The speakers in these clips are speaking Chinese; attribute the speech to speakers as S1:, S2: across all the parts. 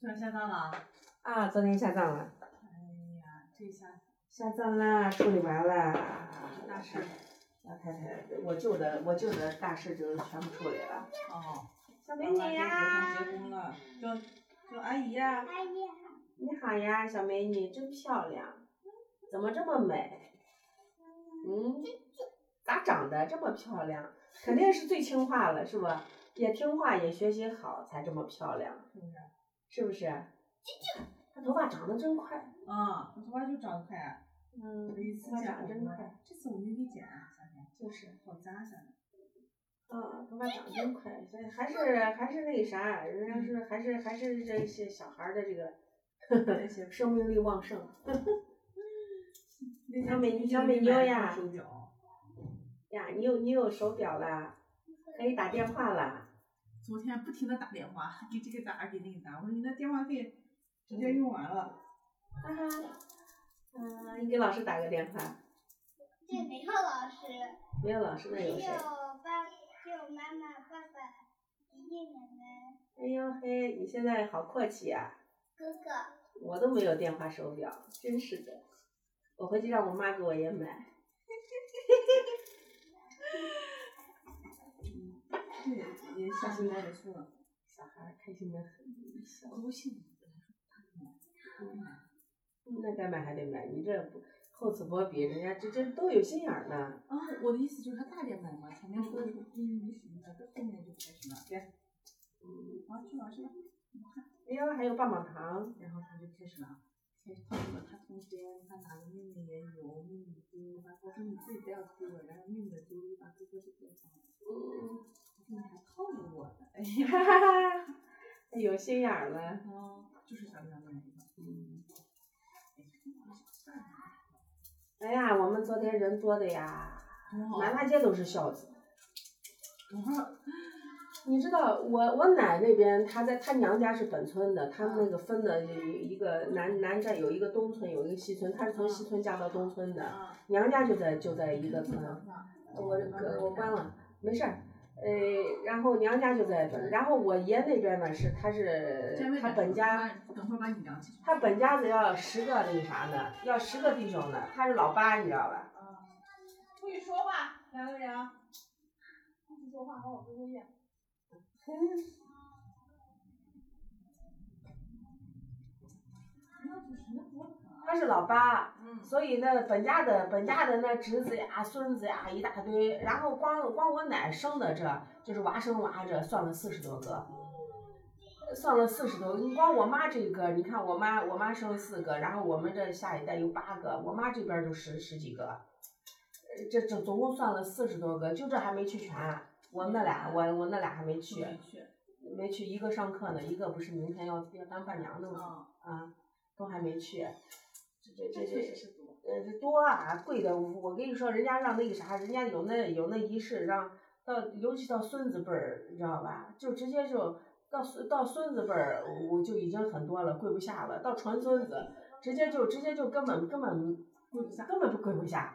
S1: 突然下葬了？
S2: 啊，昨天下葬了，
S1: 哎呀，这下
S2: 下葬啦，处理完啦。
S1: 大事
S2: 老太太，我舅的我舅的大事就全部处理了。
S1: 哦，
S2: 小美
S1: 当
S2: 女啊
S1: 晚就
S2: 呀，
S1: 结婚结婚了，叫叫阿姨啊呀、
S3: 阿姨，
S2: 你好呀，小美女，真漂亮，怎么这么美？嗯，咋长得这么漂亮？肯定是最听话了，是吧？也听话，也学习好，才这么漂亮，
S1: 是不是？
S2: 是不 是？她头发长得真快，
S1: 啊、我头发就长得快啊，
S2: 嗯
S1: 每次
S2: 头发
S1: 剪
S2: 长
S1: 我
S2: 得
S1: 真
S2: 真
S1: 快
S2: 快，，
S1: 这次我没给剪啊，夏天
S2: 就是。
S1: 好扎下来。
S2: 啊，头发长真快，所以还是还是那个啥，人家是还是还是这些小孩儿的这个呵
S1: 这些
S2: 呵生命力旺盛。
S1: 那
S2: 小美
S1: 天
S2: 小
S1: 你
S2: 美
S1: 买
S2: 妞
S1: 了
S2: 呀
S1: 手表，
S2: 呀，你有你有手表啦，可以打电话啦。
S1: 昨天不停的打电话，给这个打，给那个打，我说你那电话费直接用完了，
S2: 哈啊哈，嗯，你给老师打个电话，
S3: 对，没有老师，
S2: 没有老师那
S3: 只
S2: 有谁
S3: 有？爸，只有妈妈、爸爸、爷爷奶奶、
S2: 哎呦嘿，你现在好阔气啊！
S3: 哥哥。
S2: 我都没有电话手表，真是的。我回去让我妈给我也买。
S1: 对，也下星期结束了，
S2: 小孩儿开心的很，小
S1: 高兴。
S2: 那该买还得买，你这不厚此薄彼，人家这这都有心眼儿呢。
S1: 啊，我的意思就是他大点买嘛，前面说的是低于什么的，后面就开始了，对，
S2: 嗯，
S1: 啊去玩去玩，
S2: 哎呦，还有棒棒糖，
S1: 然后他就开始了。开始他说他同学，他哪个妹妹也有，妹妹丢，然后说你自己不要丢，然后妹妹丢，你把哥哥是别放了，
S2: 嗯，
S1: 他说你还套着我呢，哎
S2: 哈
S1: 呀，
S2: 哈哈， 有心眼儿了。
S1: 哦，就是想想那一个，
S2: 嗯，
S1: 算了，
S2: 哎呀，我们昨天人多的呀，
S1: 多好，
S2: 满大街都是孝子。
S1: 多少
S2: 你知道我我奶那边，她在她娘家是本村的，他们那个分的有一个南南站有一个东村，有一个西村，她是从西村嫁到东村的，
S1: 啊？
S2: 娘家就在就在一个村。
S1: 啊，
S2: 我这个我关了，没事儿。呃，然后娘家就在本，然后我爷那边呢是他是
S1: 单位
S2: 他
S1: 的
S2: 本家，，
S1: 等会儿把你量起去。
S2: 他本家子要十个那个啥呢，要十个弟兄呢，他是老八，你知道吧？
S1: 啊，出去说话，两个人啊。
S3: 不说话和我不说话。
S2: 他是老八，
S1: 嗯，
S2: 所以呢，本家的本家的那侄子呀、孙子呀一大堆，然后光光我奶生的这就是娃生娃这算了四十多个，算了四十多个。你光我妈这一个，你看我妈我妈生四个，然后我们这下一代有八个，我妈这边就十十几个，呃这这总共算了四十多个，就这还没去全。我那俩我我那俩还没去，
S1: 去
S2: 没去一个上课呢，一个不是明天要要当伴娘的吗？
S1: 啊，
S2: 啊，都还没去。这这这
S1: 确
S2: 这
S1: 实是多。
S2: 呃，这多啊，贵的。我跟你说，人家让那个啥，人家有那有那仪式，让到尤其到孙子辈儿，你知道吧？就直接就到孙到孙子辈儿，我就已经很多了，跪不下了。到纯孙子，直接就直接就根本根本
S1: 跪不下
S2: 根本就跪不下。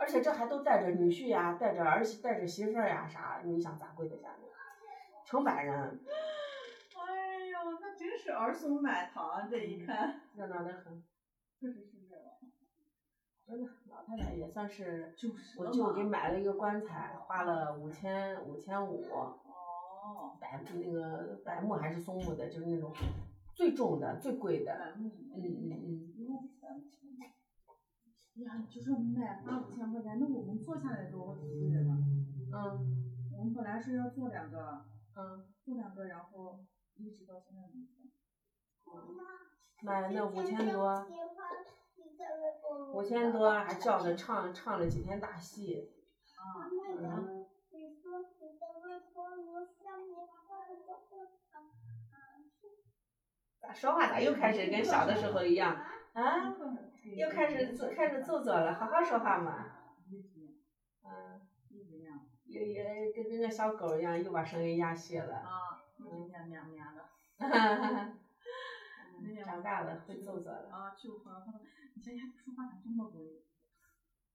S2: 而且这还都带着女婿呀、带着儿媳、带着媳妇儿呀、啥，你想咋跪得下呢？成百人，
S1: 哎呦，那真是儿孙满
S2: 啊
S1: 堂，这一看
S2: 热闹的很。
S1: 嗯确实是这样。
S2: 真的，老太太也算是，
S1: 就是
S2: 我
S1: 了
S2: 舅给
S1: 嘛
S2: 买了一个棺材，花了五千五千五。
S1: 哦，
S2: 柏木那个柏木还是松木的，就是那种最重的、最贵的。
S1: 满目
S2: 嗯嗯嗯，
S1: 呀，就是买花五千块钱，那我们坐下来的时候我几个人呢？
S2: 嗯
S1: 我们本来是要做两个，
S2: 嗯，
S1: 做两个，然后一直到现在没做。
S2: 买那五千多，五
S3: 五
S2: 千多啊还叫着唱唱了几天大戏。
S1: 啊，
S2: 嗯，
S3: 你说你的微波炉上面放着不糖，
S2: 咋说话咋又开始跟小的时候一样 啊？又
S1: 又
S2: 开始做开始做作了，好好说话嘛。
S1: 一直
S2: 嗯，
S1: 一直那样
S2: 也也跟跟个小狗一样，又把声音压细 了。
S1: 啊，一直喵喵喵的。
S2: 嗯长大了会做作了。
S1: 啊，去我朋友他们，你这还不说话咋这么文？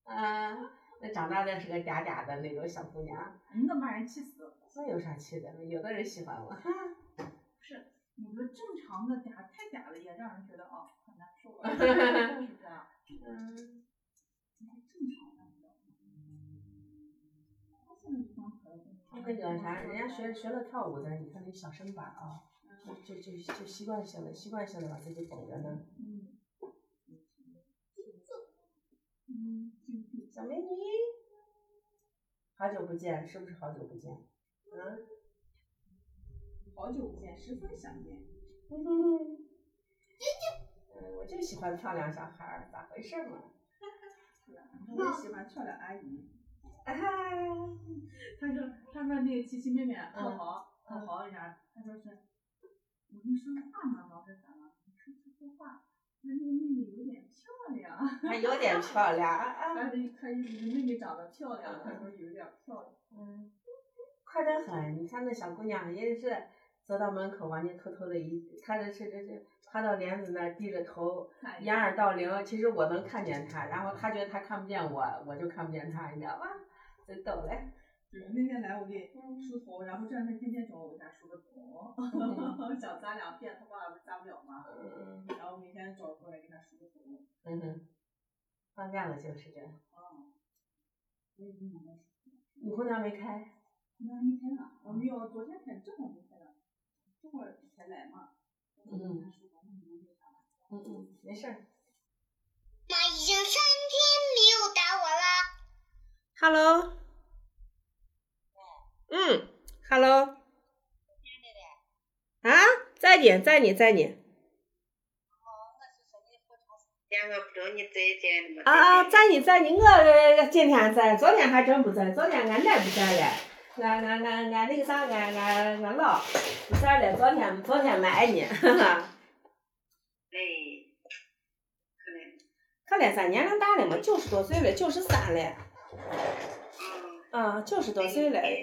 S2: 嗯，那长大的是个嗲嗲的那种小姑娘，
S1: 嗯你能把人气死。
S2: 那有啥气的？有的人喜欢我。
S1: 不是，你们正常的嗲太嗲了，也让人觉得哦很难受了， 就是这样。
S2: 嗯，
S1: 正常的。他现在这帮朋友，
S2: 那个叫啥？人家学学了跳舞的，你看那小身板啊，就就就就习惯性的习惯性的把自己绷着呢。
S1: 嗯，嗯，
S2: 小美女，好久不见，是不是好久不见？嗯，
S1: 好久不见，十分想念。
S2: 嗯，我就喜欢漂亮小孩儿，咋回事嘛？
S1: 我也喜欢漂亮阿姨。
S2: 哎，
S1: 他说，他说那个琪琪妹哦妹土
S2: 嗯
S1: 豪土豪一下，他说是，我跟你说个话嘛，老师咋了？你说这说话，那那个妹妹有点漂 亮。
S2: 还有点漂亮啊啊！
S1: 他说他你的妹妹长得漂亮，他说有点漂亮。
S2: 嗯，快得很。你看那小姑娘也是走到门口，往那偷偷的一，她这是这这趴到帘子那儿低着头，
S1: 看一
S2: 掩
S1: 眼，
S2: 耳盗铃。其实我能看见她，然后她觉得她看不见我，我就看不见她，你知道吧？真逗嘞。
S1: 就是那天来我给梳头，然后这两天天天整我给他梳个头， 想扎两遍，他爸不是扎不了吗？
S2: 嗯
S1: 然后明天找过来给他梳个头。
S2: 嗯哼，放假了就是这样。
S1: 啊，我已经忙了。
S2: 你空调没开？
S1: 那还没开呢，我没有，昨天开，正好没开呢，这会儿才来嘛。
S2: 嗯
S1: 他说咱们明天啥吧
S2: 嗯嗯，没事儿。
S3: 那已经三天没有打我了。
S2: Hello。嗯，Hello。啊，在你，在你，在你。
S4: 哦
S2: 啊，在你，在你，我呃今天在，昨天还真不在，昨天俺奶不在嘞，俺俺俺俺那个啥，俺俺俺姥不在嘞，昨天昨天来你， 哈哈。
S4: 哎，可能，
S2: 可怜咱年龄大了嘛，九十多岁了，九十三了，哎
S4: 嗯，
S2: 嗯，九十多岁了
S4: 那。你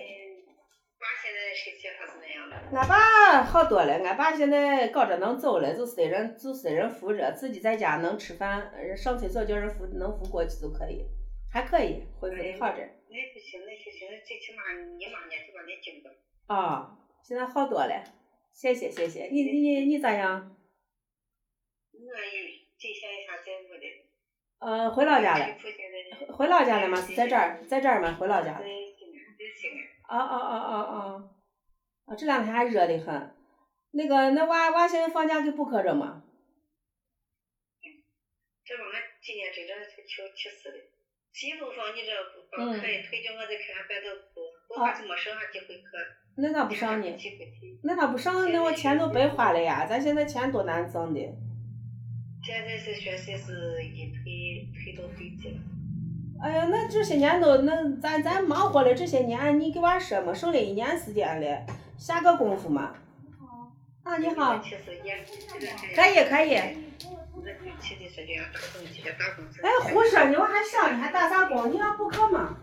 S4: 爸现在身体好怎么样了？
S2: 俺爸好多了，俺爸现在搞着能走了，就是得人就是得人扶着，自己在家能吃饭，呃上厕所叫人扶，能扶过去就可以，还可以恢复的好着。
S4: 那不行，那不行，最起码你妈呢就把你顶着。
S2: 啊、现在好多了，谢谢谢谢。你你你咋样？
S4: 我也最想一下在我的。
S2: 呃，回老家了，
S4: 去现 在
S2: 回老家了吗？是在这儿，在这儿吗？回老家
S4: 在
S2: 了。
S4: 西安，在西安。
S2: 啊啊啊啊啊！啊，这两天还热得很。那个，那娃娃现在放假给补课着吗？
S4: 这我今年真正是求去死了。新东方，你这不帮
S2: 嗯
S4: 可以推荐我再看看百度课，我还是没上上几回课。
S2: 哦那咋不上 呢？
S4: 几回题。
S2: 那咋不上？那我钱都白花了呀！咱现在钱多难挣的。
S4: 现在是学习是一推推到最低了。
S2: 哎呀，那这些年都那咱咱忙活了这些年，你给娃说嘛，剩了一年时间了，下个功夫嘛。啊，你好，
S4: 其实也
S2: 可以可以。
S4: 我这近期的时间打工去打工去。
S2: 哎哎，胡说，你娃还上，你还打啥工？你要补课吗？